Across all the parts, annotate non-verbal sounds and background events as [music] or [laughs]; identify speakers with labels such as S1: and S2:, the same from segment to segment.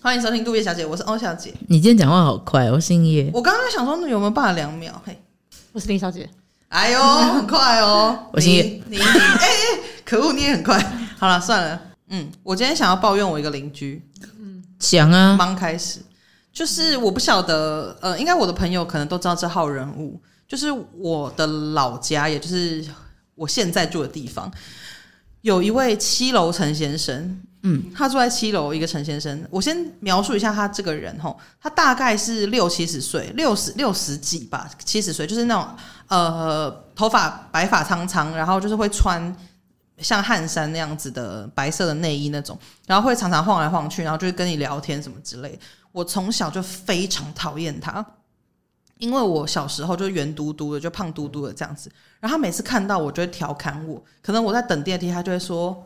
S1: 欢迎收听杜叶小姐，我是欧小姐。
S2: 你今天讲话好快哦，姓叶。
S1: 我刚刚在想说有没有办法两秒？嘿，
S3: 我是林小姐，
S1: 哎
S3: [laughs]
S1: 呦，很快哦！
S2: 我姓叶
S1: 你你哎哎、可恶，你也很快。好了，算了。嗯，我今天想要抱怨我一个邻居，
S2: 讲啊，
S1: 刚开始就是我不晓得，呃，应该我的朋友可能都知道这号人物，就是我的老家，也就是我现在住的地方，有一位七楼陈先生。嗯，他住在七楼，一个陈先生。我先描述一下他这个人吼，他大概是六七十岁，六十六十几吧，七十岁，就是那种呃头发白发苍苍，然后就是会穿像汗衫那样子的白色的内衣那种，然后会常常晃来晃去，然后就会跟你聊天什么之类的。我从小就非常讨厌他，因为我小时候就圆嘟嘟的，就胖嘟嘟的这样子。然后他每次看到我就会调侃我，可能我在等电梯，他就会说：“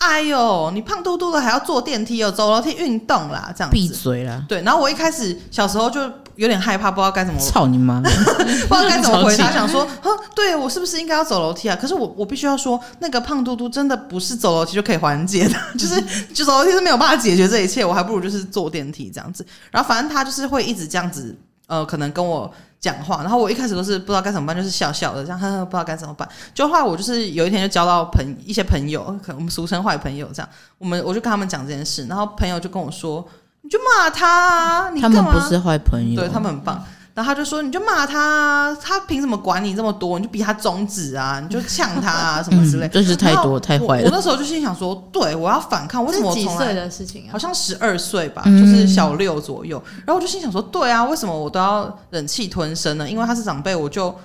S1: 哎呦，你胖嘟嘟的还要坐电梯哦，走楼梯运动啦。”这样
S2: 闭
S1: 子。
S2: 嘴啦！
S1: 对，然后我一开始小时候就有点害怕，不知道该怎么
S2: 操你
S1: [laughs]
S2: 妈！
S1: 不知道该怎么回
S2: 超
S1: 答，
S2: 级
S1: 想说，哼，对我是不是应该要走楼梯啊？可是我我必须要说，那个胖嘟嘟真的不是走楼梯就可以缓解的， [laughs] 就是就走楼梯是没有办法解决这一切，我还不如就是坐电梯这样子。然后反正他就是会一直这样子，呃，可能跟我讲话，然后我一开始都是不知道该怎么办，就是笑笑的这样，呵呵，不知道该怎么办。就后来我就是有一天就交到朋一些朋友，可能我们俗称坏朋友这样，我们我就跟他们讲这件事，然后朋友就跟我说，你就骂他啊，你
S2: 他
S1: 干
S2: 们
S1: 嘛
S2: 不是坏朋友，
S1: 对他们很棒。然后他就说，你就骂他啊，他凭什么管你这么多？你就比他中指啊，你就呛他啊，什么之类。
S2: [laughs] 嗯，真是太
S1: 然后
S2: 多太坏
S1: 我。我
S2: 了。
S1: 那时候就心想说，对我要反抗，为什么哦我
S3: 这是几
S1: 从
S3: 岁
S1: 来
S3: 的事情啊
S1: 好？像十二岁吧，就
S2: 嗯
S1: 是小六左右。然后我就心想说，对啊，为什么我都要忍气吞声呢？因为他是长辈，我就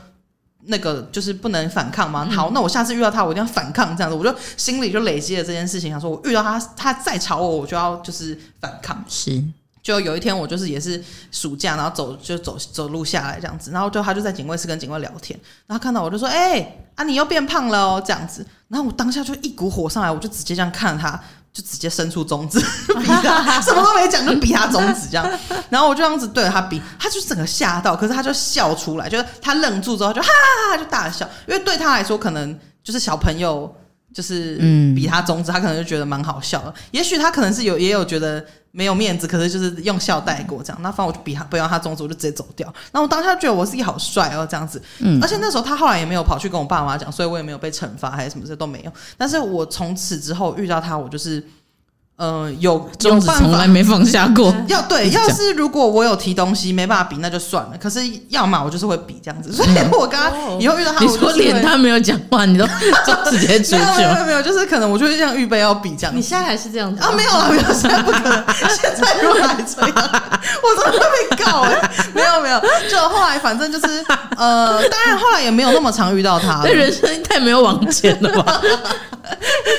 S1: 那个就是不能反抗
S2: 嗯
S1: 吗？好，那我下次遇到他，我一定要反抗，这样子，我就心里就累积了这件事情，想说我遇到他，他再吵我，我就要就是反抗。
S2: 是
S1: 就有一天我就是也是暑假，然后走就走走路下来这样子，然后就他就在警卫室跟警卫聊天，然后看到我就说：“哎、啊，你又变胖了哦，这样子。”然后我当下就一股火上来，我就直接这样看他，就直接伸出中指 [laughs] 比他，什么都没讲就比他中指这样，然后我就这样子对着他比，他就整个吓到，可是他就笑出来，就是他愣住之后就哈哈哈就大笑，因为对他来说可能就是小朋友。就是
S2: 嗯
S1: 比他中指，他可能就觉得蛮好笑的。也许他可能是有也有觉得没有面子，可是就是用笑带过这样。那反正我就比他不要他中指，我就直接走掉。然后我当下觉得我自己好帅哦，这样子。
S2: 嗯
S1: 而且那时候他后来也没有跑去跟我爸妈讲，所以我也没有被惩罚还是什么事都没有。但是我从此之后遇到他，我就是呃有有
S2: 中指
S1: 办
S2: 从
S1: 法
S2: 来没放下
S1: [laughs]
S2: 过。
S1: 要对，
S2: 一直
S1: 要
S2: 讲
S1: 是如果我有提东西没办法比，那就算了。可是要么我就是会比这样子，所以我跟他
S3: 哦
S1: 以后遇到他，
S2: 你
S1: 我就
S2: 说
S1: 是会
S2: 连他没有讲话，你都 [laughs] 就直接出
S1: 没有没
S2: 去
S1: 有没
S2: 了。
S1: 有没有，就是可能我就会这样预备要比这样
S3: 你
S1: 子。
S3: 现在还是这样子
S1: 啊，没有了，没有，现在不可能。现在如果还这样，我真的会被告哎、 [laughs] 没有没有，就后来反正就是呃，当然后来也没有 [laughs] 那么常遇到他了
S2: 这。人生太没有往前了
S1: [laughs]
S2: 吧？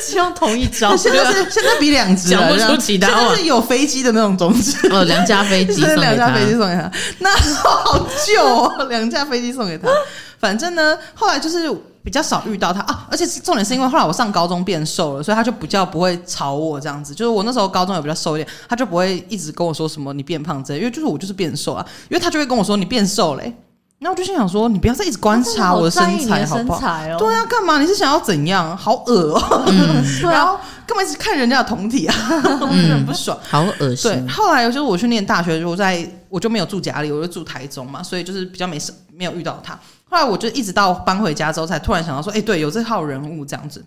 S3: 是用同一招
S1: 现在是现在比两只了
S2: 讲不
S1: 这样
S2: 出其他
S1: 现
S2: 话
S1: 在是有飞机的那种种子。
S2: [laughs] 哦，两架飞
S1: [laughs]
S2: 机
S1: 是
S2: 送
S1: 两
S2: 给
S1: 架
S2: 他。
S1: 飞机送给他，那好旧哦，两架飞机送给他。反正呢，后来就是比较少遇到他啊，而且是重点是因为后来我上高中变瘦了，所以他就比较不会吵我这样子。就是我那时候高中也比较瘦一点，他就不会一直跟我说什么你变胖之类，因为就是我就是变瘦啊，因为他就会跟我说你变瘦嘞、然后我就心想说，你不要再一直观察我
S3: 我
S1: 身材好
S3: 身
S1: 不好？
S3: 材哦，
S1: 对啊，干嘛？你是想要怎样？好恶哦、
S2: 嗯
S3: 对
S1: 然
S3: 啊，
S1: 后干嘛一直看人家的酮
S3: [laughs]
S1: 体啊？我就很不爽。
S3: 嗯
S2: 好恶
S1: 对，
S2: 心。
S1: 后来就是我去念大学，我在我就没有住家里，我就住台中嘛，所以就是比较没事，没有遇到他。后来我就一直到搬回家之后，才突然想到说，哎、对，有这号人物这样子。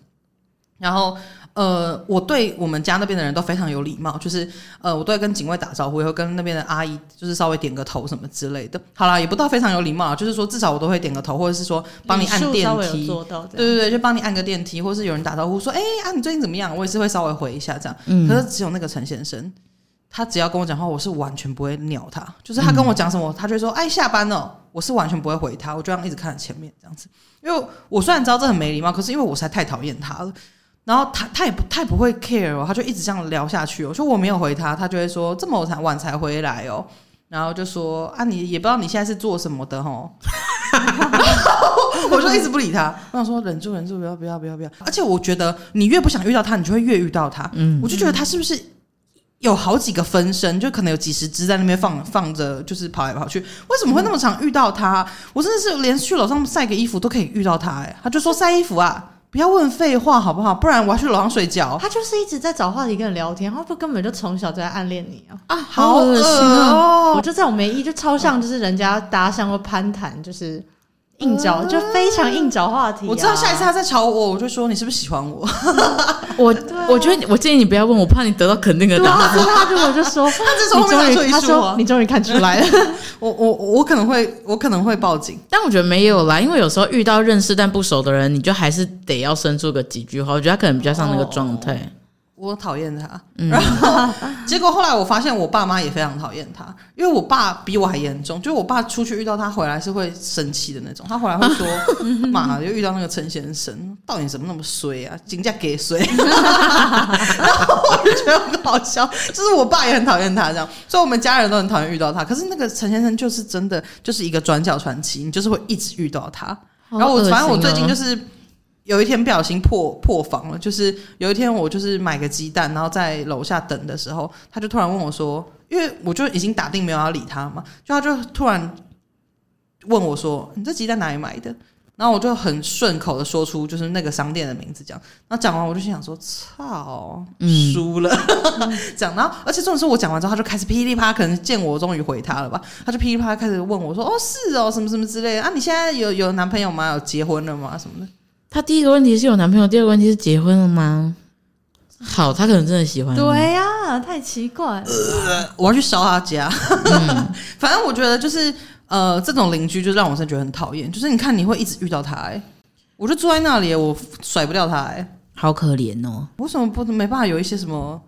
S1: 然后，呃，我对我们家那边的人都非常有礼貌，就是呃，我都会跟警卫打招呼，也会跟那边的阿姨就是稍微点个头什么之类的。好啦，也不到非常有礼貌啊，就是说至少我都会点个头，或者是说帮你按
S3: 礼数
S1: 电
S3: 稍微有
S1: 梯，
S3: 做到这
S1: 对
S3: 样，
S1: 对对，就帮你按个电梯，或是有人打招呼说：“哎、啊，你最近怎么样？”我也是会稍微回一下这样。
S3: 嗯
S1: 可是只有那个陈先生，他只要跟我讲话，我是完全不会鸟他。就是他跟我讲什么，他就会说：“哎，下班了。”我是完全不会回他，我就这样一直看着前面这样子。因为我虽然知道这很没礼貌，可是因为我实在太讨厌他了。然后他他也不太不会 care 哦，他就一直这样聊下去哦。就我没有回他，他就会说这么晚才回来哦，然后就说啊你也不知道你现在是做什么的哦， [laughs] 我就一直不理他，我想说忍住忍住，不要不要不要不要。而且我觉得你越不想遇到他，你就会越遇到他。我就觉得他是不是有好几个分身，就可能有几十只在那边放放着，就是跑来跑去。为什么会那么欸常遇到他？我真的是连去楼上晒个衣服都可以遇到他、哎，他就说晒衣服啊，不要问废话好不好？不然我要去楼上睡觉
S3: 他就是一直在找话题跟你聊天，他不根本就从小就在暗恋你啊！
S1: 啊！
S2: 好恶心
S1: 哦
S3: 我！就这种没意义，就超像就是人家搭讪或攀谈，就是硬找，就非常硬找话题
S1: 嗯
S3: 啊、
S1: 我知道下一次他再吵我，我就说你是不是喜欢我？
S2: 我我觉得你我建议你不要问，我怕你得到肯定的
S3: 对
S2: 答案。
S3: 啊，可是他如果就说，他
S1: 这时候会拿出一束
S3: 他说
S1: 啊
S3: 你终于看出来了，
S1: [laughs] 我我我可能会我可能会报警。
S2: 但我觉得没有啦，因为有时候遇到认识但不熟的人，你就还是得要生出个几句话。我觉得他可能比较像那个状态。
S1: 我讨厌他，然后结果后来我发现我爸妈也非常讨厌他，因为我爸比我还严重，就是我爸出去遇到他回来是会生气的那种，他回来会说：“妈，又遇到那个陈先生，到底怎么那么衰啊，金价给衰。”然后我就觉得很好笑，就是我爸也很讨厌他这样，所以我们家人都很讨厌遇到他。可是那个陈先生就是真的就是一个转角传奇，你就是会一直遇到他。然后我反正我
S2: 啊
S1: 最近就是是有一天不小心破破防了，就是有一天我就是买个鸡蛋，然后在楼下等的时候，他就突然问我说，因为我就已经打定没有要理他嘛，就他就突然问我说：“你这鸡蛋哪里买的？”然后我就很顺口的说出就是那个商店的名字，这样。然后讲完我就心想说：“操，
S2: 嗯
S1: 输了。 [laughs] 讲，然后而且重点是我讲完之后，他就开始噼里啪啦，可能见我终于回他了吧，他就噼里啪啦开始问我说：“哦，是哦，什么什么之类的啊？你现在有有男朋友吗？有结婚了吗？什么的？
S2: 他第一个问题是有男朋友，第二个问题是结婚了吗？好，他可能真的
S1: 嗯
S2: 喜欢你。
S3: 对呀、太奇怪了。
S1: 呃我要去烧他家。 [laughs] 反正我觉得就是呃，这种邻居就让我真的觉得很讨厌。就是你看，你会一直遇到他、欸，我就坐在那里，欸我甩不掉他、欸，
S2: 好可怜哦！
S1: 为什么不没办法有一些什么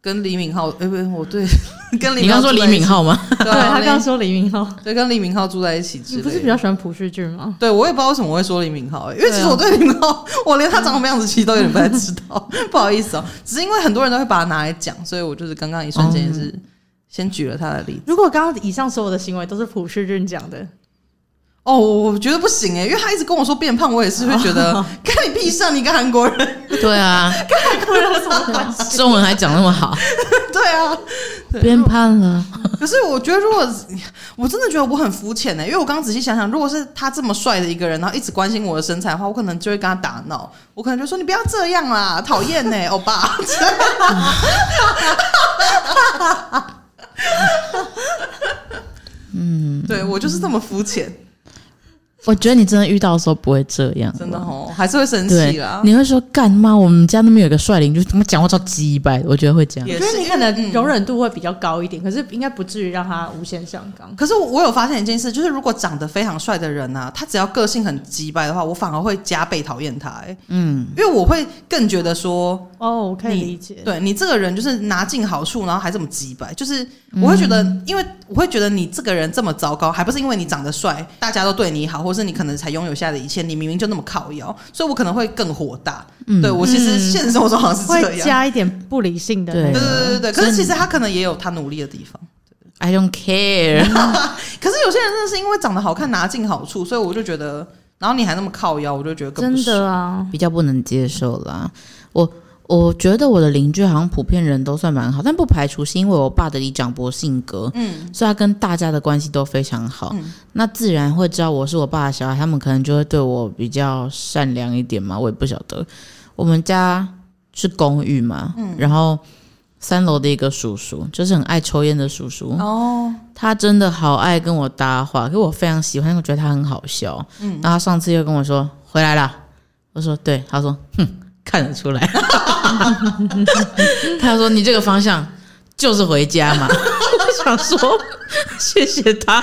S1: 跟李敏镐？哎、不是，我
S2: [laughs]
S1: 对跟李
S2: 你刚说李敏
S1: 镐
S2: 镐吗？
S1: 住
S2: [laughs]
S1: 在一起，对
S3: 对
S1: 啊
S3: 他
S1: 那
S3: 刚说李明浩，
S1: 对跟李敏镐住在一起之类
S3: 你
S1: 的，
S3: 不是比较喜欢朴叙俊吗？
S1: 对我也不知道为什么我会说李敏镐、欸，因为其实
S3: 对啊
S1: 我对李敏镐，我连他长什么样子其实都有点不太知道， [laughs] 不好意思哦、只是因为很多人都会把它拿来讲，所以我就是刚刚一瞬间也是
S2: 哦
S1: 先举了他的例子。
S3: 如果刚刚以上所有的行为都是朴叙俊讲 [laughs] 的，
S1: 哦，我觉得不行哎、因为他一直跟我说变胖，我也是会觉
S2: [laughs]
S1: 得，看你屁事啊，你一个韩国人， [laughs]
S2: 对啊，
S3: 不然有什么关系？
S2: 中文还讲那么好，
S1: 对啊，
S2: 变胖了。
S1: 可是我觉得，如果我真的觉得我很肤浅呢，欸因为我刚刚仔细想想，如果是他这么帅的一个人，然后一直关心我的身材的话，我可能就会跟他打闹，我可能就说你不要这样啦，讨厌呢，欧巴。嗯，对我就是这么肤浅，
S2: 我觉得你真的遇到的时候不会这样，
S1: 真的。哦，还是会生
S2: 对
S1: 气啦，。
S2: 你会说干妈，我们家那边有个帅领，就他妈讲话超鸡掰，我觉得会这样。
S1: 也
S3: 我
S1: 是
S3: 觉得你
S1: 因
S3: 可
S1: 为
S3: 能
S1: 嗯
S3: 容忍度会比较高一点，可是应该不至于让他无限上纲。
S1: 可是我我有发现一件事，就是如果长得非常帅的人啊，他只要个性很鸡掰的话，我反而会加倍讨厌他、欸。
S2: 嗯，
S1: 因为我会更觉得说，
S3: 哦，我可以
S1: 你
S3: 理解。
S1: 对你这个人就是拿尽好处，然后还这么鸡掰，就是我会觉得，因为我会觉得你这个人这么糟糕，还不是因为你长得帅，大家都对你好，或是你可能才拥有下的一切，你明明就那么靠腰，所以我可能会更火大。
S2: 嗯
S1: 对我其实现实生活中好像是这
S3: 会
S1: 样。
S3: 加一点不理性的
S1: 对
S3: 那个，
S1: 对对对对，可
S2: 真
S1: 是其
S2: 的
S1: 实他可能也有他努力的地方。
S2: I don't care。
S1: 可是有些人真的是因为长得好看拿尽好处，所以我就觉得，然后你还那么靠腰，我就觉得更不
S3: 真
S1: 爽。
S3: 的啊，
S2: 比较不能接受啦。我我觉得我的邻居好像普遍人都算蛮好，但不排除是因为我爸的李长博性格，嗯，所以他跟大家的关系都非常好。那自然会知道我是我爸的小孩，他们可能就会对我比较善良一点嘛，我也不晓得。我们家是公寓嘛，然后三楼的一个叔叔，就是很爱抽烟的叔叔，
S1: [laughs] 哦，
S2: 他真的好爱跟我搭话，可是我非常喜欢，因为我觉得他很好笑。嗯，然后他上次又跟我说回来啦，我说对，他说哼，看得出来。 [laughs] 他说你这个方向就是回家嘛。 [laughs] 我想说谢谢他，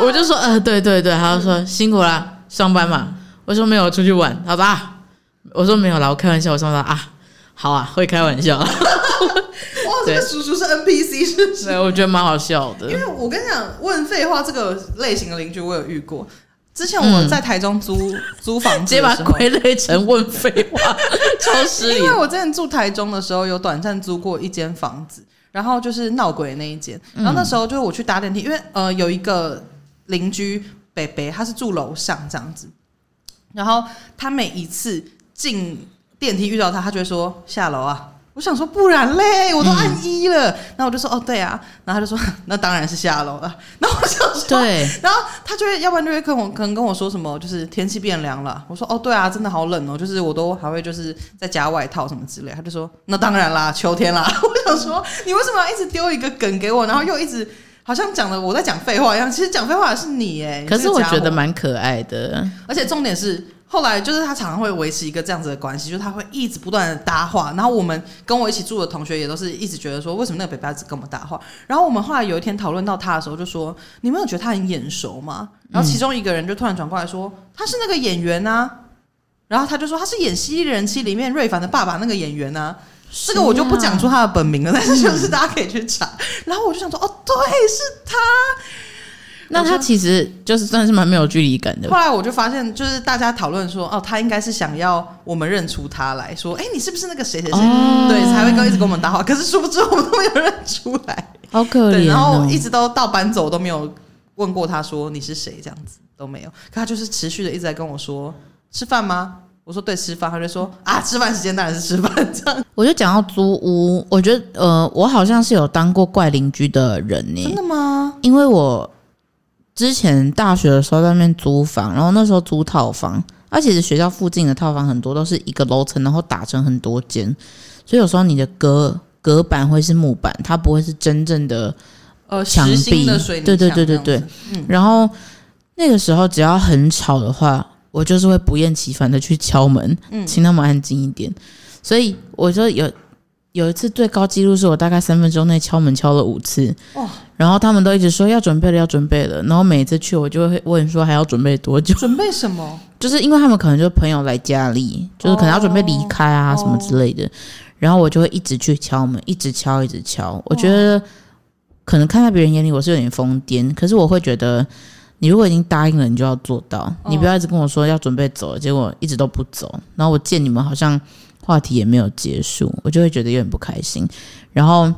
S2: 我就说呃对对对，他就说辛苦啦，上班嘛。我说没有，出去玩，好吧。我说没有啦，我开玩笑，我上班啊，好啊，会开玩笑。
S1: 哇，这个叔叔是 NPC 是不是？
S2: 对，我觉得蛮好笑的
S1: 因。为我跟你讲，问废话这个类型的邻居，我有遇过。之前我在台中
S2: [laughs]
S1: 租、租房
S2: 嗯直
S1: 子
S2: 接
S1: 的
S2: 把
S1: 时
S2: 它
S1: 候，
S2: 归类成问废
S1: [laughs]
S2: 话，超失
S1: 因
S2: 礼
S1: 为。我之前住台中的时候，有短暂租过一间房子，然后就是闹鬼那一间。然后
S2: 嗯
S1: 那时候就是我去搭电梯，因为呃有一个邻居北北，他是住楼上这样子，然后他每一次进电梯遇到他，他就会说下楼啊，我想说，不然嘞，我都按
S2: 嗯
S1: 一了。然后我就说，哦，对啊。然后他就说， [laughs] 那当然是下楼了。然后我想说，哎
S2: 对，
S1: 然后他就会，要不然就会跟我可能跟我说什么，就是天气变凉了。我说哦，对啊，真的好冷哦，就是我都还会就是再加外套什么之类。他就说那当然啦，秋天啦。 [laughs] 我想说你为什么要一直丢一个梗给我，然后又一直好像讲的我在讲废话一样。其实讲废话的是你哎，
S2: 可是
S1: 这个
S2: 我
S1: 家伙
S2: 觉得，蛮可爱的。
S1: 而且重点是。后来就是他常常会维持一个这样子的关系，就是他会一直不断的搭话，然后我们跟我一起住的同学也都是一直觉得说，为什么那个北巴子跟我们搭话？然后我们后来有一天讨论到他的时候，就说你们有觉得他很眼熟吗？然后其中一个人就突然转过来说，他是那个演员啊。然后他就说他是演《犀利人妻》里面瑞凡的爸爸那个演员啊。这个我就不讲出他的本名了，但是就是大家可以去查。然后我就想说，哦，对，是
S2: 那他其实就是算是蛮没有距离感的
S1: 后。来我就发现，就是大家讨论说，哦，他应该是想要我们认出他来说，哎、你是不是那个谁谁谁？
S2: 哦
S1: 对，才会跟一直跟我们搭话。可是殊不知我们都没有认出来，
S2: 好可
S1: 对，
S2: 怜
S1: 然
S2: 哦
S1: 后！一直都到搬走都没有问过他说你是谁这样子都没有。可他就是持续的一直在跟我说吃饭吗？我说对，吃饭。他就说啊，吃饭时间当然是吃饭这样。
S2: 我就讲到租屋，我觉得呃，我好像是有当过怪邻居的人呢、
S1: 真的
S2: [laughs]
S1: 吗？
S2: 因为我之前大学的时候在那边租房，然后那时候租套房，而且学校附近的套房很多都是一个楼层，然后打成很多间，所以有时候你的隔隔板会是木板，它不会是真正的。
S1: 呃，
S2: 墙
S1: 实心的
S2: 壁
S1: 水泥
S2: 对对对
S1: 墙这
S2: 对
S1: 样子，嗯，
S2: 然后那个时候只要很吵的话，我就是会不厌其烦的去敲门，
S1: 嗯
S2: 请他们安静一点。所以我就有有一次最高纪录是我大概三分钟内敲门敲了五次，
S1: 哇
S2: 然后他们都一直说要准备了，要准备了。然后每次去我就会问说还要准备多久，
S1: 准备什么？
S2: 就是因为他们可能就朋友来家里，就是可能要准备离开啊
S1: 哦
S2: 什么之类的。然后我就会一直去敲门，一直敲，一直敲。我觉
S1: 哦
S2: 得可能看在别人眼里我是有点疯癫，可是我会觉得你如果已经答应了，你就要做到，
S1: 哦
S2: 你不要一直跟我说要准备走了，结果一直都不走。然后我见你们好像话题也没有结束，我就会觉得有点不开心。然后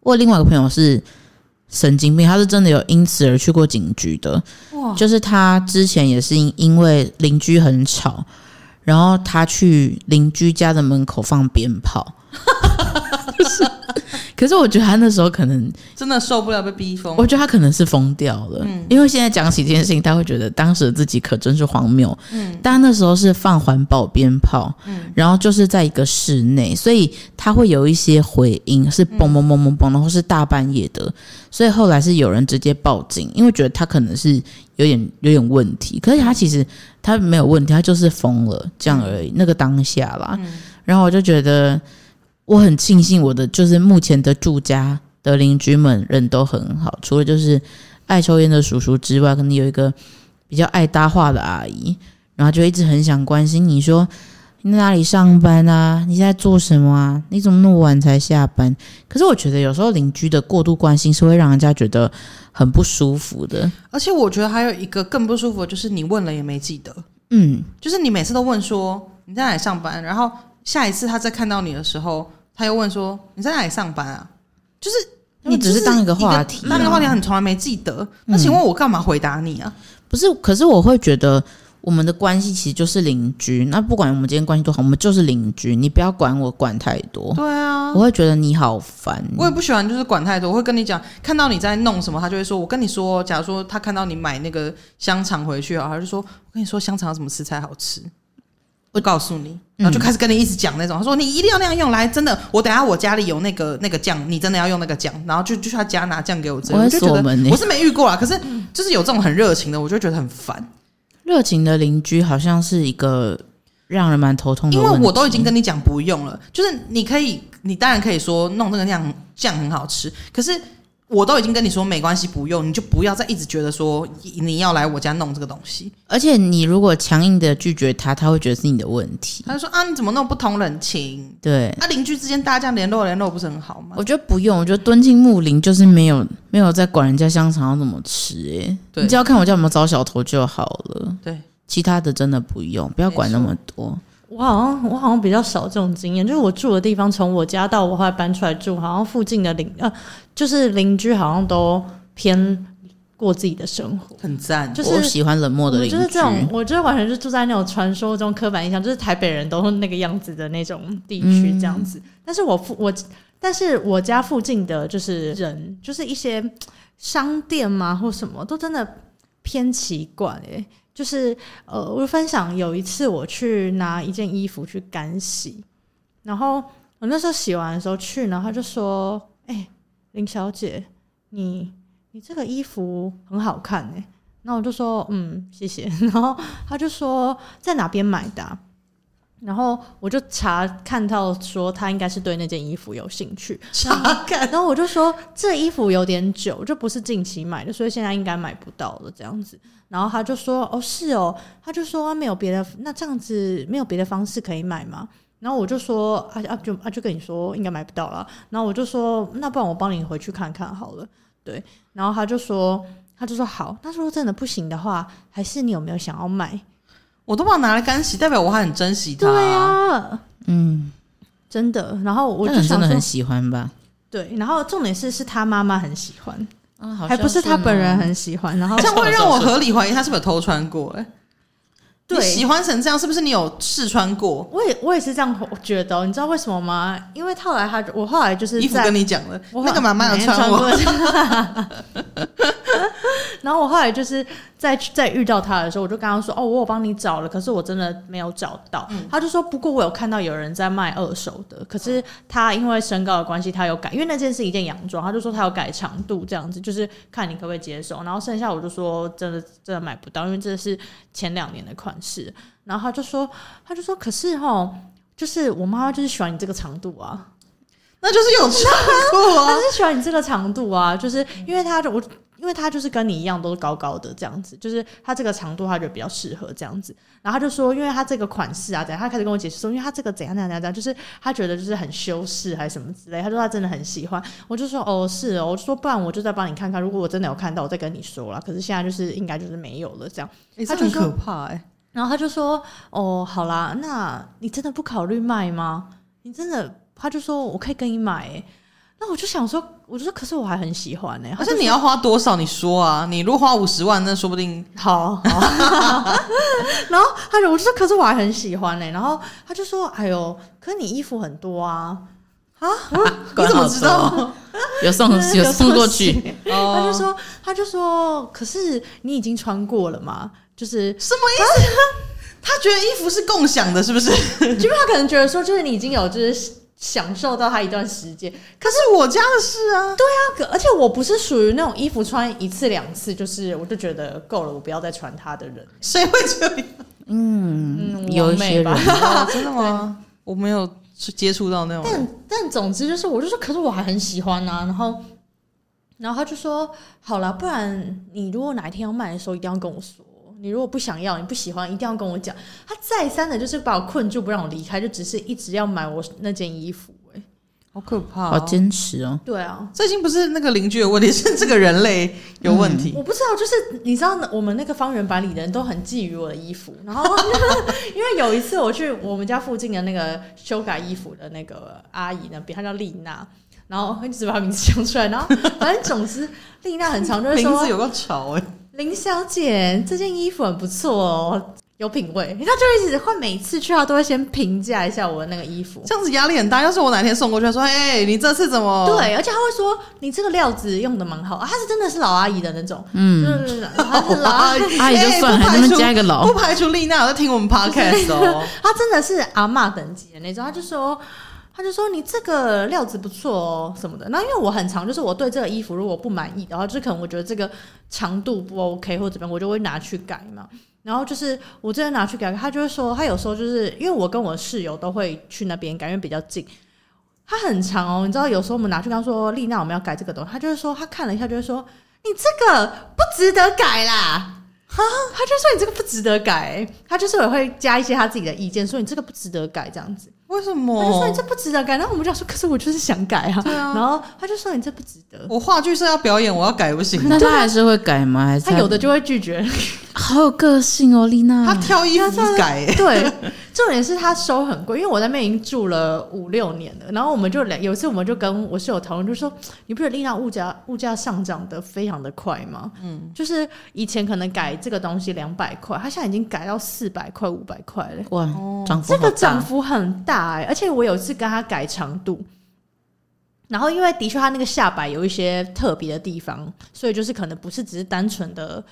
S2: 我有另外一个朋友是神经病，他是真的有因此而去过警局的。
S1: 哇
S2: 就是他之前也是因因为邻居很吵，然后他去邻居家的门口放鞭炮。就是 [laughs] 可是我觉得他那时候可能，
S1: 真的受不了被逼疯。
S2: 我觉得他可能是疯掉了，因为现在讲起这件事情，他会觉得当时的自己可真是荒谬。但那时候是放环保鞭炮，然后就是在一个室内，所以它会有一些回音，是嘣嘣嘣嘣嘣，然后是大半夜的，所以后来是有人直接报警，因为觉得他可能是有点有点问题，可是他其实他没有问题，他就是疯了这样而已，那个当下啦。然后我就觉得我很庆幸我的就是目前的住家的邻居们人都很好，除了就是爱抽烟的叔叔之外，可能有一个比较爱搭话的阿姨，然后就一直很想关心你说你在哪里上班啊？你在做什么啊？你怎么那么晚才下班？可是我觉得有时候邻居的过度关心是会让人家觉得很不舒服的。
S1: 而且我觉得还有一个更不舒服，的就是你问了也没记得，
S2: 嗯，
S1: 就是你每次都问说你在哪里上班，然后下一次他再看到你的时候，他又问说你在哪里上班啊？就是
S2: 你只是当一个话题啊
S1: 当一个话题，你从来没记得。那请问我干嘛回答你啊？
S2: 不是，可是我会觉得我们的关系其实就是邻居。那不管我们今天关系多好，我们就是邻居，你不要管我管太多。
S1: 对啊
S2: 我，会觉得你好烦，
S1: 我也不喜欢就是管太多，我会跟你讲，看到你在弄什么，他就会说，我跟你说，假如说他看到你买那个香肠回去啊，他就说，我跟你说香肠有什么吃才好吃。我告诉你，
S2: 嗯
S1: 然后就开始跟你一直讲那种，他说你一定要那样用，来，真的，我等下我家里有那个那个酱，你真的要用那个酱，然后就就去他家拿酱给我之类的，
S2: 我
S1: 我
S2: 会
S1: 就觉
S2: 锁门
S1: 得
S2: 欸
S1: 我是没遇过啊啦，可是就是有这种很热情的，我就觉得很烦，
S2: 热情的邻居好像是一个让人蛮头痛的
S1: 因
S2: 嗯问
S1: 为
S2: 题。
S1: 我都已经跟你讲不用了，就是你可以，你当然可以说弄这个酱酱很好吃，可是我都已经跟你说没关系不用，你就不要再一直觉得说你要来我家弄这个东西。
S2: 而且你如果强硬的拒绝他，他会觉得是你的问
S1: [laughs]
S2: 题。
S1: 他就说啊，你怎么那么不通人情？
S2: 对，
S1: 啊，邻居之间大家这样联络联络不是很好吗？
S2: 我觉得不用，我觉得敦亲睦邻就是没有没有在管人家香肠要怎么吃、欸，
S1: 对
S2: 你只要看我家有没有招小头就好了，
S1: 对，
S2: 其他的真的不用，不要管那么多。
S3: 我好像我好像比较少这种经验，就是我住的地方，从我家到我后来搬出来住，好像附近的邻呃，就是邻居好像都偏过自己的生活。
S1: 很赞，
S3: 就是
S2: 我喜欢冷漠
S3: 我
S2: 的
S3: 们
S2: 邻居，
S3: 就是这种，我就是完全是住在那种传说中刻板印象，就是台北人都是那个样子的那种地区
S2: 嗯
S3: 这样子。但是我附我，但是我家附近的就是人，就是一些商店嘛或什么，都真的偏奇怪诶、就是呃，我分享有一次我去拿一件衣服去干洗，然后我那时候洗完的时候去，然后他就说：“哎、林小姐，你你这个衣服很好看欸诶、然后我就说：“嗯，谢谢。” [laughs] 然后他就说：“在哪边买的啊、然后我就查看到说他应该是对那件衣服有兴趣，
S1: 查看
S3: 然后我就说这衣服有点久，这不是近期买的，所以现在应该买不到了这样子。然后他就说哦是哦，他就说、啊没有别的，那这样子没有别的方式可以买吗？然后我就说啊啊就啊就跟你说应该买不到了。然后我就说那不然我帮你回去看看好了，对。然后他就说他就说好，那如果真的不行的话，还是你有没有想要买？
S1: 我都把它拿来干洗，代表我还很珍惜它。
S3: 对啊，
S2: 嗯，
S3: 真的。然后我
S2: 但
S3: 就
S2: 你真
S3: 想
S2: 的
S3: 说
S2: 很喜欢吧？
S3: 对，然后重点是是他妈妈很喜欢。
S2: 啊，好
S3: 还不是
S2: 孝顺
S3: 他本人
S2: 哦
S3: [laughs] 很喜欢，然后
S1: 这样会让我合理怀疑他是不是有偷穿过、欸？哎，
S3: 对
S1: 你喜欢成这样，是不是你有试穿过？
S3: 我也我也是这样觉得哦，你知道为什么吗？因为后来他我后来就是
S1: 衣服
S3: 在
S1: 跟你讲了，
S3: 我
S1: 那个妈妈有穿我，
S3: 我， [laughs] 然后我后来就是在在遇到他的时候，我就跟他说：“哦，我有帮你找了，可是我真的没有找到。他就说：“不过我有看到有人在卖二手的，可是他因为身高的关系，他有改，因为那件是一件洋装，他就说他有改长度，这样子就是看你可不可以接受。然后剩下我就说真的真的买不到，因为这是前两年的款式。然后他就说他就说，可是吼，就是我妈妈就是喜欢你这个长度啊。”
S1: 那就是有 [laughs] 穿过啊
S3: 他。是喜欢你这个长度啊，就是因为他就我，因为他就是跟你一样都是高高的这样子，就是他这个长度他觉得比较适合这样子。然后他就说，因为他这个款式啊，怎样，他开始跟我解释说，因为他这个怎样怎样怎样怎样，就是他觉得就是很修饰还是什么之类。他说他真的很喜欢，我就说哦是哦，我就说不然我就再帮你看看，如果我真的有看到，我再跟你说啦。可是现在就是应该就是没有了这样。
S1: 欸
S3: 他
S1: 这
S3: 就
S1: 很
S3: 说
S1: 可怕哎、
S3: 然后他就说：“哦，好啦，那你真的不考虑卖吗？你真的？”他就说：“我可以跟你买、欸。”那我就想说，我就说，可是我还很喜欢呢、欸。
S1: 而
S3: 他
S1: 且
S3: 就
S1: 你要花多少？你说啊，你如果花五十万，那说不定
S3: 好好， [laughs] 然后他就我就说，可是我还很喜欢呢、欸。然后他就说：“哎呦，可你衣服很多啊，
S1: 你怎么知道？
S2: [laughs] 有
S3: [laughs]
S2: 送有送过去，
S3: 去。”他就
S1: 哦，
S3: 说：“他就说，可是你已经穿过了嘛，就是
S1: 什么意思？ [laughs] 他觉得衣服是共享的，是不是？
S3: 就是他可能觉得说，就是你已经有就是享受到他一段时间，
S1: 可是我家的事啊，
S3: 可而且我不是属于那种衣服穿一次两次，就是我就觉得够了，我不要再穿它的人。
S1: 谁会这样？
S2: 嗯，
S3: 嗯
S2: 有一
S3: 我妹
S2: 些人
S3: 吧
S2: [laughs]
S1: 哦真的吗？我没有去接触到那种人
S3: 但但总之就是，我就说，可是我还很喜欢啊。然后，然后他就说，好啦，不然你如果哪一天要卖的时候，一定要跟我说。你如果不想要，你不喜欢，一定要跟我讲。他再三的就是把我困住，不让我离开，就只是一直要买我那件衣服、欸。
S1: 好可怕、
S2: 好
S1: 哦。
S2: 坚持哦。
S3: 对啊，
S1: 这已经不是那个邻居的问题，是这个人类有问题。
S3: 我不知道，就是你知道，我们那个方圆百里的人都很觊觎我的衣服。然后， [laughs] 因为有一次我去我们家附近的那个修改衣服的那个阿姨那边，她叫丽娜，然后我一直把她名字讲出来。然后， [laughs] 反正总之，丽娜很常就是
S1: 名
S3: 说
S1: 字有个潮哎、
S3: 林小姐，这件衣服很不错哦，有品味。她就一直会每次去，她都会先评价一下我的那个衣服。
S1: 这样子压力很大。要是我哪天送过去，她说：“哎、你这次怎么？”，
S3: 对，而且她会说你这个料子用的蛮好、啊，她是真的是老阿姨的那种，
S2: 嗯，
S3: 就是她是老阿姨。
S2: 阿姨就
S1: [laughs] 哎
S2: 算了，
S1: 不
S2: 还
S1: 排
S2: 能
S1: 除
S2: 加一个老
S1: 不，排除丽娜有在听我们 podcast 哦。
S3: 他真的是阿嬷等级的那种，他就说。他就说你这个料子不错哦什么的，那因为我很常就是我对这个衣服如果不满意的话，就是可能我觉得这个长度不 OK 或怎么样，我就会拿去改嘛。然后就是我真的拿去改，他就会说他有时候就是因为我跟我室友都会去那边改，因为比较近。他很长哦，你知道有时候我们拿去跟他说丽娜我们要改这个东西，他就会说他看了一下就会说你这个不值得改啦。他就说你这个不值得改、他就是也会加一些他自己的意见，说你这个不值得改这样子。
S1: 为什
S3: 他就说你
S1: 么
S3: 这？不值得改，然后我们就想说，可是我就是想改啊。
S1: 哦对啊
S3: 然后他就说你这不值得，
S1: 我话剧社要表演，我要改不行。
S2: 那他还是会改吗？还
S1: [laughs]
S2: 是
S3: 他有的就会拒绝。
S2: 好有个性哦，丽娜。
S1: 他挑衣服改、欸，
S3: 对，重点是他收很贵，因为我在那边已经住了五六年了。然后我们就两有一次，我们就跟我室友讨论，就说你不觉得丽娜物价物价上涨的非常的快吗？嗯，就是以前可能改这个东西两百块，他现在已经改到四百块、五百块了，
S2: 哇，涨幅
S3: 哦这
S2: 好
S3: 个
S2: 大
S3: 涨幅很大哎、而且我有一次跟他改长度。然后，因为的确他那个下摆有一些特别的地方，所以就是可能不是只是单纯的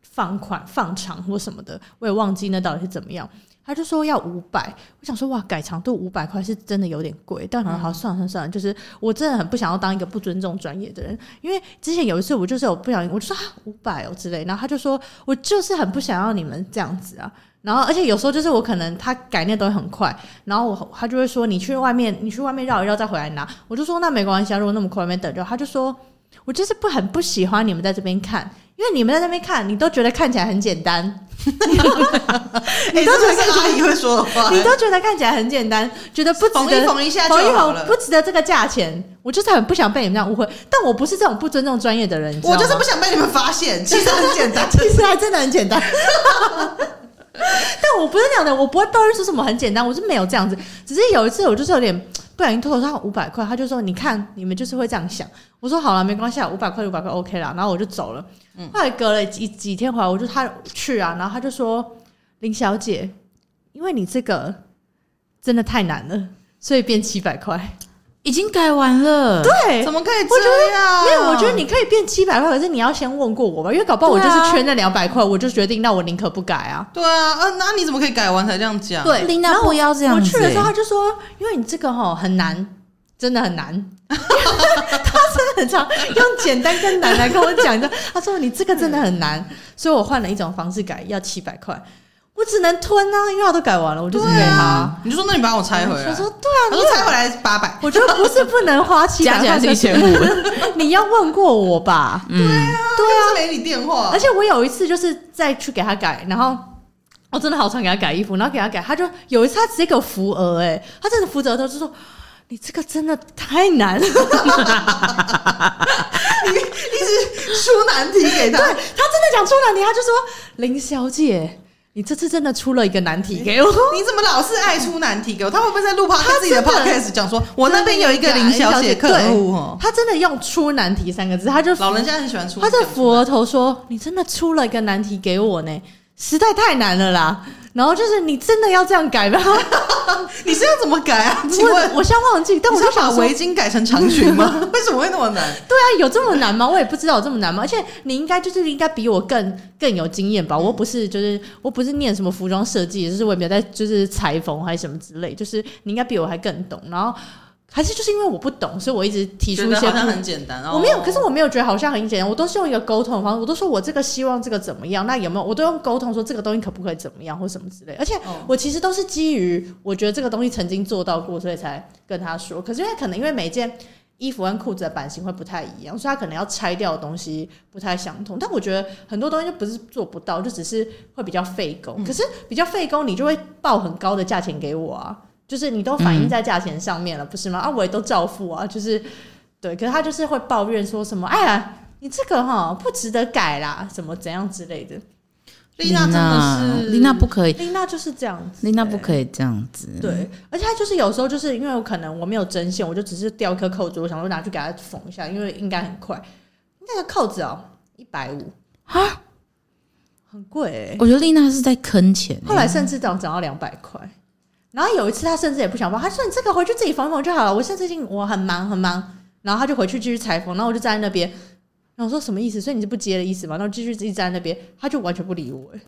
S3: 放款、放长或什么的，我也忘记那到底是怎么样。他就说要五百，我想说哇，改长度五百块是真的有点贵，但
S2: 嗯
S3: 好好算了算了算了，就是我真的很不想要当一个不尊重专业的人，因为之前有一次我就是有不小心，我就说啊五百哦之类，然后他就说我就是很不想要你们这样子啊，然后而且有时候就是我可能他改那东西很快，然后我他就会说你去外面你去外面绕一绕再回来拿，我就说那没关系啊，如果那么快外面等着，他就说我就是不很不喜欢你们在这边看，因为你们在那边看，你都觉得看起来很简单，
S1: 你
S3: 都
S1: 都觉
S3: 觉得
S1: 哎得是阿姨会说的话、
S3: 你都觉得看起来很简单，觉得不值
S1: 哎缝
S3: 得
S1: 一缝一下就
S3: 缝一
S1: 好
S3: 缝
S1: 了
S3: 不。值得这个价钱，我就是很不想被你们这样误会。但我不是这种不尊重专业的人，你知道
S1: 我
S3: 吗
S1: 就是不想被你们发现，其实很简
S3: [laughs]
S1: 单，
S3: 其实还真的很简单。
S2: [laughs]
S3: 但我不是那样的，我不会抱怨说什么很简单，我是没有这样子。只是有一次，我就是有点不小心偷偷他五百块，他就说：“你看，你们就是会这样想。”我说：“好了，没关系，啊，五百块五百块 OK 啦。”然后我就走了。
S2: 嗯
S3: 后来隔了几几天回来，我就他去啊，然后他就说：“林小姐，因为你这个真的太难了，所以变七百块。
S2: 已经改完了。”
S3: 对，
S1: 怎么可以这样？
S3: [laughs] 因为我觉得你可以变七百块，可是你要先问过我吧，因为搞不好我就
S2: 对啊
S3: 是缺那两百块，我就决定那我宁可不改啊。
S1: 对啊，呃，那你怎么可以改完才这样讲？
S3: 对，
S2: 琳
S3: 然
S2: 娜
S3: 后
S2: 不要这样
S3: 我
S2: 子、
S3: 去的时候
S2: 欸
S3: 他就说，因为你这个吼很难，真的很难。 [laughs] 他真的很常用简单跟难来跟我讲的，他说你这个真的很难，所以我换了一种方式改，要七百块，我只能吞啊，因为他都改完了，我就是给
S2: 啊
S3: 他。
S1: 你就说那你把我拆回来，
S3: 我说对
S1: 他
S3: 啊，
S1: 说拆回来八百，
S3: 我觉得不是不能花七百
S2: 加起
S3: 块，
S2: 来是
S3: 可 [laughs]
S2: 1500，
S3: 你要问过我吧。
S2: 嗯，
S1: 对啊，没你电话
S3: [laughs] 而，且我有一次就是再去给他改，然后我真的好常给他改衣服，然后给他改，他就有一次他直接给我扶额，哎，他真的扶着额头就说。你这个真的太
S1: [laughs]
S3: 难了，
S1: 出难题给
S3: 对他真
S1: 他，
S3: 的讲出难题，他就说林小姐，你这次真的出了一个难题给我。
S1: 你怎么老是爱出难题给我？他会不会在录 p 他自己的
S3: 真的
S1: podcast 讲说， [laughs] 我那边有一个
S3: 对
S1: 林小姐客
S3: 对
S1: 户哦，
S3: 他真的用“出难题”三个字，他就
S1: 老人家很喜欢出，
S3: 他在扶额头说：“你真的出了一个难题给我呢，实在太难了啦。”然后就是你真的要这样改吗？
S1: [laughs] 你是要怎么改啊？ [laughs] 请问
S3: 我我现在忘记，但
S1: 你
S3: 我
S1: 是
S3: 就
S1: 要
S3: 想
S1: 把
S3: 说
S1: 围巾改成长裙吗？ [laughs] 为什么会那么难？
S3: 对啊，有这么难吗？我也不知道有这么难吗？而且你应该就是应该比我更更有经验吧？
S1: 嗯
S3: 我不是就是我不是念什么服装设计，就是我也没有在就是裁缝还是什么之类，就是你应该比我还更懂。然后还是就是因为我不懂，所以我一直提出
S1: 觉
S3: 一
S1: 得
S3: 些
S1: 好
S3: 不
S1: 像很简单，哦
S3: 我没有，可是我没有觉得好像很简单，我都是用一个沟通的方式，我都说我这个希望这个怎么样，那有没有？我都用沟通说这个东西可不可以怎么样或什么之类。而且
S1: 哦
S3: 我其实都是基于我觉得这个东西曾经做到过，所以才跟他说。可是因为可能因为每一件衣服跟裤子的版型会不太一样，所以他可能要拆掉的东西不太相同。但我觉得很多东西就不是做不到，就只是会比较费工。
S1: 嗯
S3: 可是比较费工，你就会报很高的价钱给我啊。就是你都反映在价钱上面了，不是吗？啊，我也都照付啊，就是对，可是他就是会抱怨说什么，哎呀，你这个哈不值得改啦，什么怎样之类的。
S1: 丽娜真的是
S2: 丽娜不可以，
S3: 丽娜就是这样子，
S2: 丽娜不可以这样子。
S3: 对，而且他就是有时候就是因为我可能我没有针线，我就只是掉一颗扣子，我想说拿去给他缝一下，因为应该很快。那个扣子哦，一百五
S2: 啊，
S3: 很贵、欸，
S2: 我觉得丽娜是在坑钱欸、
S3: 后来甚至涨涨到两百块。然后有一次他甚至也不想报，他说你这个回去自己缝一缝就好了。我现在最近我很忙很忙，然后他就回去继续裁缝，然后我就站在那边，然后我说什么意思？所以你是不接的意思吗？然后继续自己站在那边，他就完全不理我、欸。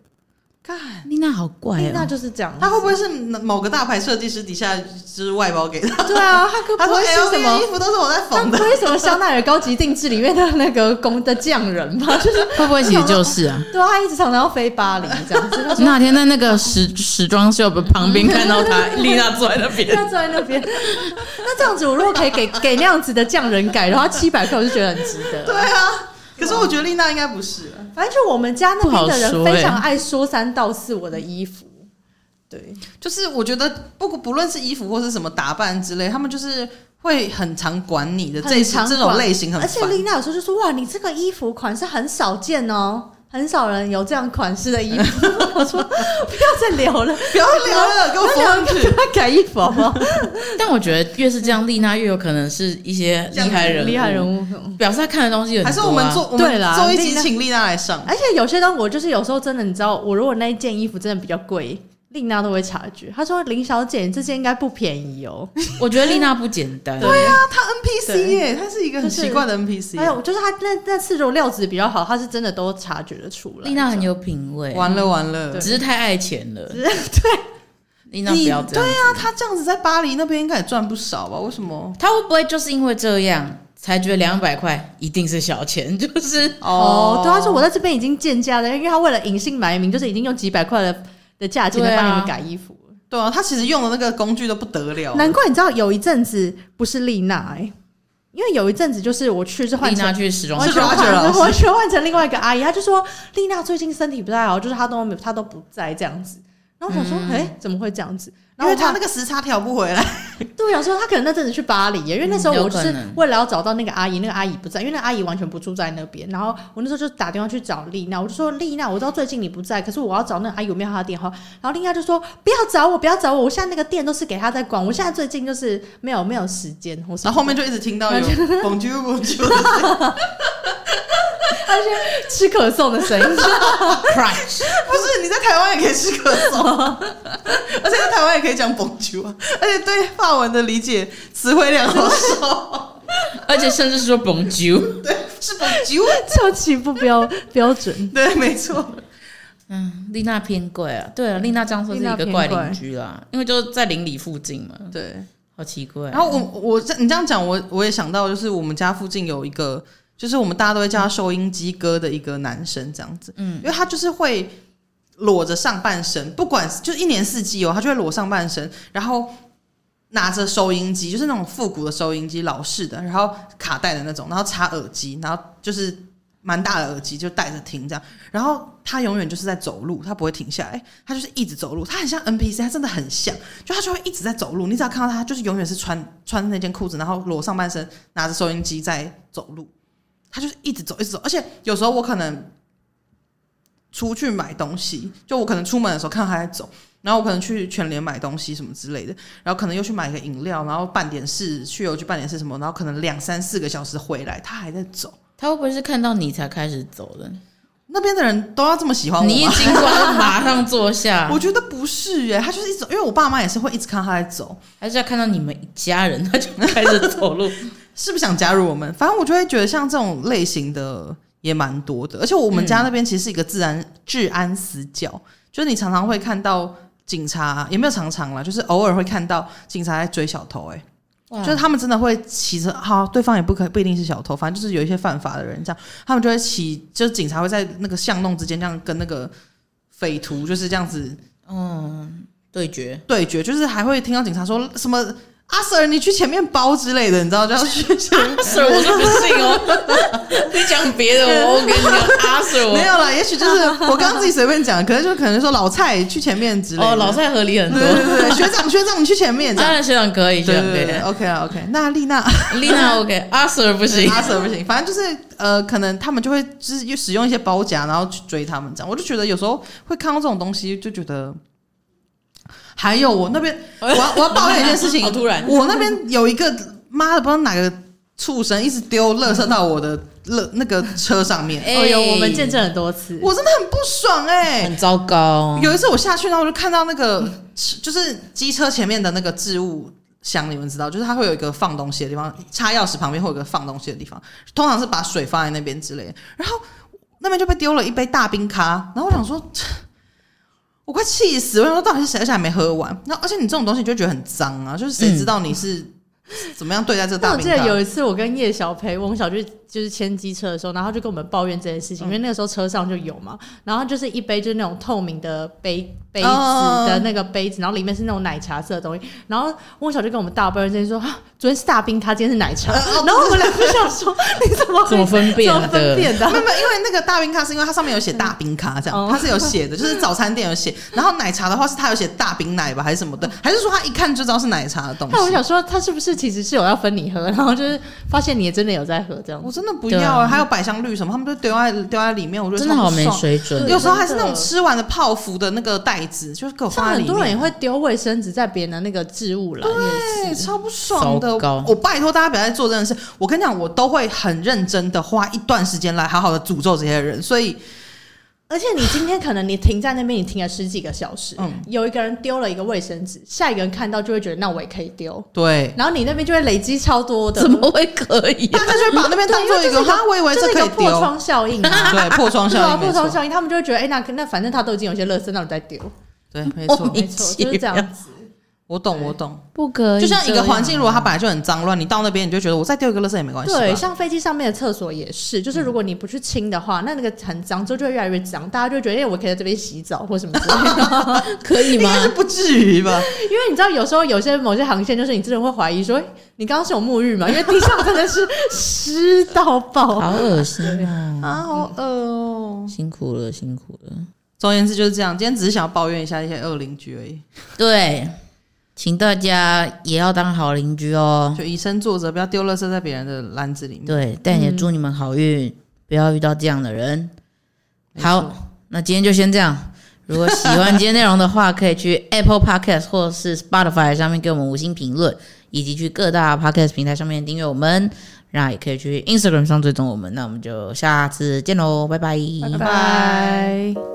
S1: 干。
S2: 丽娜好怪
S3: 丽
S2: 哦、
S3: 娜就是这样，
S1: 他会不会是某个大牌设计师底下就是外包给他？
S3: 对啊，他可
S1: 他
S3: 不
S1: 说
S3: 会是
S1: L
S3: 什
S1: V
S3: 么
S1: 的衣？服都是我在
S3: 他
S1: 缝
S3: 不
S1: 的，
S3: 会什么香奈儿高级定制里面的那个工的匠人吧？ [laughs] 就是
S2: 会不会其实就是啊？
S3: 对啊，他一直常常要飞巴黎这样子，
S2: 哪天 [laughs] 在那个时时装秀旁边看到 [laughs] 她，丽娜坐在那边，
S3: [laughs] 他坐在那边。那这样子，我如果可以给给那样子的匠人改，然后七百块，我就觉得很值得。
S1: 对啊。可是我觉得丽娜应该不是啊，
S3: 反正就我们家那边
S2: 不
S3: 的人
S2: 好说欸
S3: 非常爱说三道四我的衣服，对，
S1: 就是我觉得不不论是衣服或是什么打扮之类，他们就是会很常管你的这
S3: 很常
S1: 这种
S3: 管
S1: 类型很
S3: 而且
S1: 烦。
S3: 丽娜有时候就说：“哇，你这个衣服款式很少见哦。”很少人有这样款式的衣服。我说不要再聊了，
S1: 不要聊了，给我
S3: 不
S1: 滚
S3: 要
S1: 回去
S3: 给！他改衣服好不好？
S2: 但我觉得越是这样，丽娜越有可能是一些 [laughs] 厉害人，
S3: 厉害人，物。
S2: 表示她看的东西很多、啊。
S1: 还是我们做，我
S3: 对
S1: 们
S3: 啦
S1: 做一集
S3: 丽娜
S1: 请丽娜来上。
S3: 而且有些东西我就是有时候真的，你知道，我如果那一件衣服真的比较贵，丽娜都会察觉。她说：“林小姐，你这件应该不便宜哦。
S2: 我觉得丽娜不简单， [laughs] 对
S1: 啊，他 NPC 耶、他是一个很
S3: 就是
S1: 奇怪的 NPC 耶、
S3: 还有哎就是她那那次如果料子比较好，她是真的都察觉得出来。
S2: 丽娜很有品味，
S1: 完了完了
S3: 对，
S2: 只是太爱钱了。
S3: 这样
S2: [laughs]
S3: 子对，
S2: 丽娜不要
S1: 你
S2: 这样，
S1: 那啊他这样子在巴黎那边应该也赚不少吧？为什么？
S2: 她会不会就是因为这样才觉得两百块一定是小钱？就是
S3: 哦，对，她说我在这边已经贱价了，因为她为了隐姓埋名，就是已经用几百块的的价钱
S2: 对
S3: 来
S2: 啊
S3: 帮你们改衣服。
S1: 对啊，他其实用的那个工具都不得了。
S3: 难怪你知道有一阵子不是丽娜哎、因为有一阵子就是我去是换
S2: 丽
S3: 成
S2: 娜去时装
S1: 是
S3: 完
S2: 秀
S3: 全
S1: Roger 老
S3: 换，
S1: 师
S3: 完全换成另外一个阿姨，她就说丽娜最近身体不太好，就是她都没有她都不在这样子。然后我想说，哎、怎么会这样子？然
S1: 嗯因为
S3: 后我
S1: 他
S3: 怕
S1: 那个时差调不回来，
S3: 对，我想说她可能那阵子去巴黎耶，因为那时候
S2: 嗯有
S3: 我就
S2: 可
S3: 是
S2: 能
S3: 为了要找到那个阿姨，那个阿姨不在，因为那个阿姨完全不住在那边。然后我那时候就打电话去找丽娜，我就说丽娜，我知道最近你不在，可是我要找那个阿姨，有没有她的电话？然后丽娜就说不要找我，不要找我，我现在那个店都是给她在管，我现在最近就是没有没有时间。我说
S1: 然后后面就一直听到有 Bonjour Bonjour 的声音
S3: [laughs] 吃可颂的声音，
S2: crush，
S1: [laughs] 不是你在台湾也可以吃咳嗽，而且在台湾也可以讲 Bonjour，而且对法文的理解词汇量好少， [laughs]
S2: 而且甚至是说 bonjour，
S1: 对，是 Bonjour，
S3: 这样起步标标准。 [laughs]
S1: 对，没错，
S2: 嗯，丽娜偏贵啊，对啊，丽娜这样算是一个怪邻居啦，因为就是在邻里附近嘛，
S1: 对。
S2: 好奇怪
S1: 然
S2: 啊、
S1: 后我我这你这样讲，我我也想到，就是我们家附近有一个，就是我们大家都会叫他收音机哥的一个男生，这样子，嗯，因为他就是会裸着上半身，不管是就是一年四季哦，他就会裸上半身，然后拿着收音机，就是那种复古的收音机，老式的，然后卡带的那种，然后插耳机，然后就是蛮大的耳机，就戴着听这样。然后他永远就是在走路，他不会停下来，哎他就是一直走路，他很像 NPC，他真的很像，就他就会一直在走路。你只要看到他，就是永远是穿穿那件裤子，然后裸上半身，拿着收音机在走路。他就是一直走，一直走，而且有时候我可能出去买东西，就我可能出门的时候看到他在走，然后我可能去全联买东西什么之类的，然后可能又去买个饮料，然后办点事，去邮局办点事什么，然后可能两三四个小时回来，他还在走。
S2: 她会不会是看到你才开始走的？
S1: 那边的人都要这么喜欢我吗
S2: 你一经过她就马上坐下
S1: 我，觉得不是耶、他就是一直走，因为我爸妈也是会一直看他在走，
S2: 还是要看到你们一家人，她就开始走路。
S1: 是不是想加入我们？反正我就会觉得像这种类型的也蛮多的，而且我们家那边其实是一个治安、治安死角，就是你常常会看到警察，也没有常常啦，就是偶尔会看到警察在追小偷、欸，
S2: 哇
S1: 就是他们真的会骑着，好，对方也不可不一定是小偷，反正就是有一些犯法的人这样，他们就会骑，就是警察会在那个巷弄之间这样跟那个匪徒就是这样子
S2: 嗯，对决，
S1: 对决，就是还会听到警察说什么阿 Sir，你去前面包之类的，你知道，就要去
S2: 是我是不信哦。你讲别的，我我跟你讲，阿 Sir
S1: [laughs] 没
S2: 我
S1: 有啦，也许就是我刚刚自己随便讲，可能就可能说老蔡去前面之类的。
S2: 哦，老蔡合理很
S1: 对对
S2: 多。
S1: 对，对学长学长你去前面这
S2: 当
S1: 样。
S2: 然学长可以，学
S1: 对
S2: 长
S1: 对对
S2: 可
S1: 对
S2: 以。
S1: ，OK 啊 OK，那丽
S2: [laughs]
S1: 娜
S2: 丽娜 OK，阿 Sir 不行。
S1: 阿 Sir 不行，反正就是呃，可能他们就会就是又使用一些包夹，然后去追他们这样。我就觉得有时候会看到这种东西，就觉得。还有我那
S2: [laughs]
S1: 边，我要我要抱怨一件事情，
S2: 好突然
S1: 我那边有一个妈的，不知道哪个畜生一直丢垃圾到我的垃那个车上面，
S2: [laughs] 哎
S3: 哦，有我们见证很多次，
S1: 我真的很不爽哎、
S2: 很糟糕。
S1: 有一次我下去，然后我就看到那个嗯就是机车前面的那个置物箱，你们知道，就是它会有一个放东西的地方，插钥匙旁边会有一个放东西的地方，通常是把水放在那边之类的。然后那边就被丢了一杯大冰咖，然后我想说。我快气死！我想说，到底是谁？而且还没喝完。那而且你这种东西，你就觉得很脏啊！就是谁知道你是怎么样对待这个大
S3: 但我
S1: 冰
S3: 记
S1: 咖？
S3: 得有一次，我跟叶小培，我们小去就是牵机车的时候，然后他就跟我们抱怨这件事情，因为那个时候车上就有嘛，然后就是一杯就是那种透明的杯杯子
S1: 哦
S3: 的那个杯子，然后里面是那种奶茶色的东西，然后翁小就跟我们大抱怨这件事说，啊，昨天是大冰咖，今天是奶茶，然后我们两个想说，你呃哦怎么
S2: 怎么分辨
S3: 怎么分
S2: 的？
S3: 辨的
S1: [laughs] 没？有没有，因为那个大冰咖是因为它上面有写大冰咖这样，
S3: 哦
S1: 它是有写
S3: [laughs]
S1: 的，就是早餐店有写。然后奶茶的话是它有写大冰奶吧，还是什么的？还是说它一看就知道是奶茶的东
S3: 哦那我
S1: 西？
S3: 想说，他是不是其实是有要分你喝，然后就是发现你也真的有在喝这样
S1: 我
S3: 子。
S1: 真真的不
S2: 对
S1: 要
S2: 啊
S1: 啊！还有百香绿什么，他们都丢在丢在里面，我觉得
S2: 真的
S1: 超不
S2: 好没
S1: 爽
S2: 水准
S3: 对。
S1: 有时候还是
S3: 真
S1: 那
S3: 的
S1: 种吃完的泡芙的那个袋子，就是给我
S3: 像
S1: 放在
S3: 很
S1: 里面。
S3: 多人也会丢卫生纸在别人的那个置物栏，也
S1: 对，
S3: 是
S1: 超不爽的
S2: 糟糕。
S1: 我拜托大家不要再做这件事。我跟你讲，我都会很认真的花一段时间来好好的诅咒这些人。所以，
S3: 而且你今天可能你停在那边，你停了十几个小时，
S1: 嗯
S3: 有一个人丢了一个卫生纸，下一个人看到就会觉得那我也可以丢，
S1: 对，
S3: 然后你那边就会累积超多的，
S2: 怎么会可以、
S1: 大家就会把那边当做一
S3: 对因为这是一个
S1: 哈，我以为
S3: 就
S1: 这
S3: 是
S1: 可
S3: 一个
S1: 以
S3: 破
S1: 丢，
S3: 窗效应
S1: [laughs]
S3: 啊？
S1: 对，破窗
S3: [laughs] 对啊，
S1: 效应，
S3: 破
S1: 没
S3: 窗
S1: 错，
S3: 效应，他们就会觉得，哎、那那反正他都已经有些垃圾，那我再 [laughs] 丢，
S1: 对，没错
S2: 莫，名
S3: 没错，就是这样子。
S1: 我懂，我懂。
S2: 不可以？
S1: 就像一个环境，如果它本来就很脏乱，你到那边你就觉得我再丢一个垃圾也没关系吧，
S3: 对，像飞机上面的厕所也是，就是如果你不去清的话，那那个很脏，之后就会越来越脏，大家就会觉得，哎、我可以在这边洗澡或什么之类的。 [laughs]
S2: 可以
S1: 应
S2: 吗
S1: 该？是不至于吧？
S3: 因为你知道，有时候有些某些航线，就是你真的会怀疑说，哎你刚刚是有沐浴吗？因为地上真的是湿到爆
S2: 好恶心哦！
S3: 啊，好饿哦。
S2: 辛苦了，辛苦了。
S1: [laughs] 总而言之就是这样。今天只是想要抱怨一下一些恶邻居而已，
S2: 对，请大家也要当好邻居哦。
S1: 就以身作则，不要丢垃圾在别人的篮子里面。
S2: 对，但也祝你们好运，不要遇到这样的人。
S1: 没错
S2: 好，那今天就先这样。如果喜欢今天内容的话，可以去 Apple Podcast 或是 Spotify 上面给我们五星评论，以及去各大 Podcast 平台上面订阅我们。那也可以去 Instagram 上追踪我们。那我们就下次见喽，拜拜
S3: 拜拜。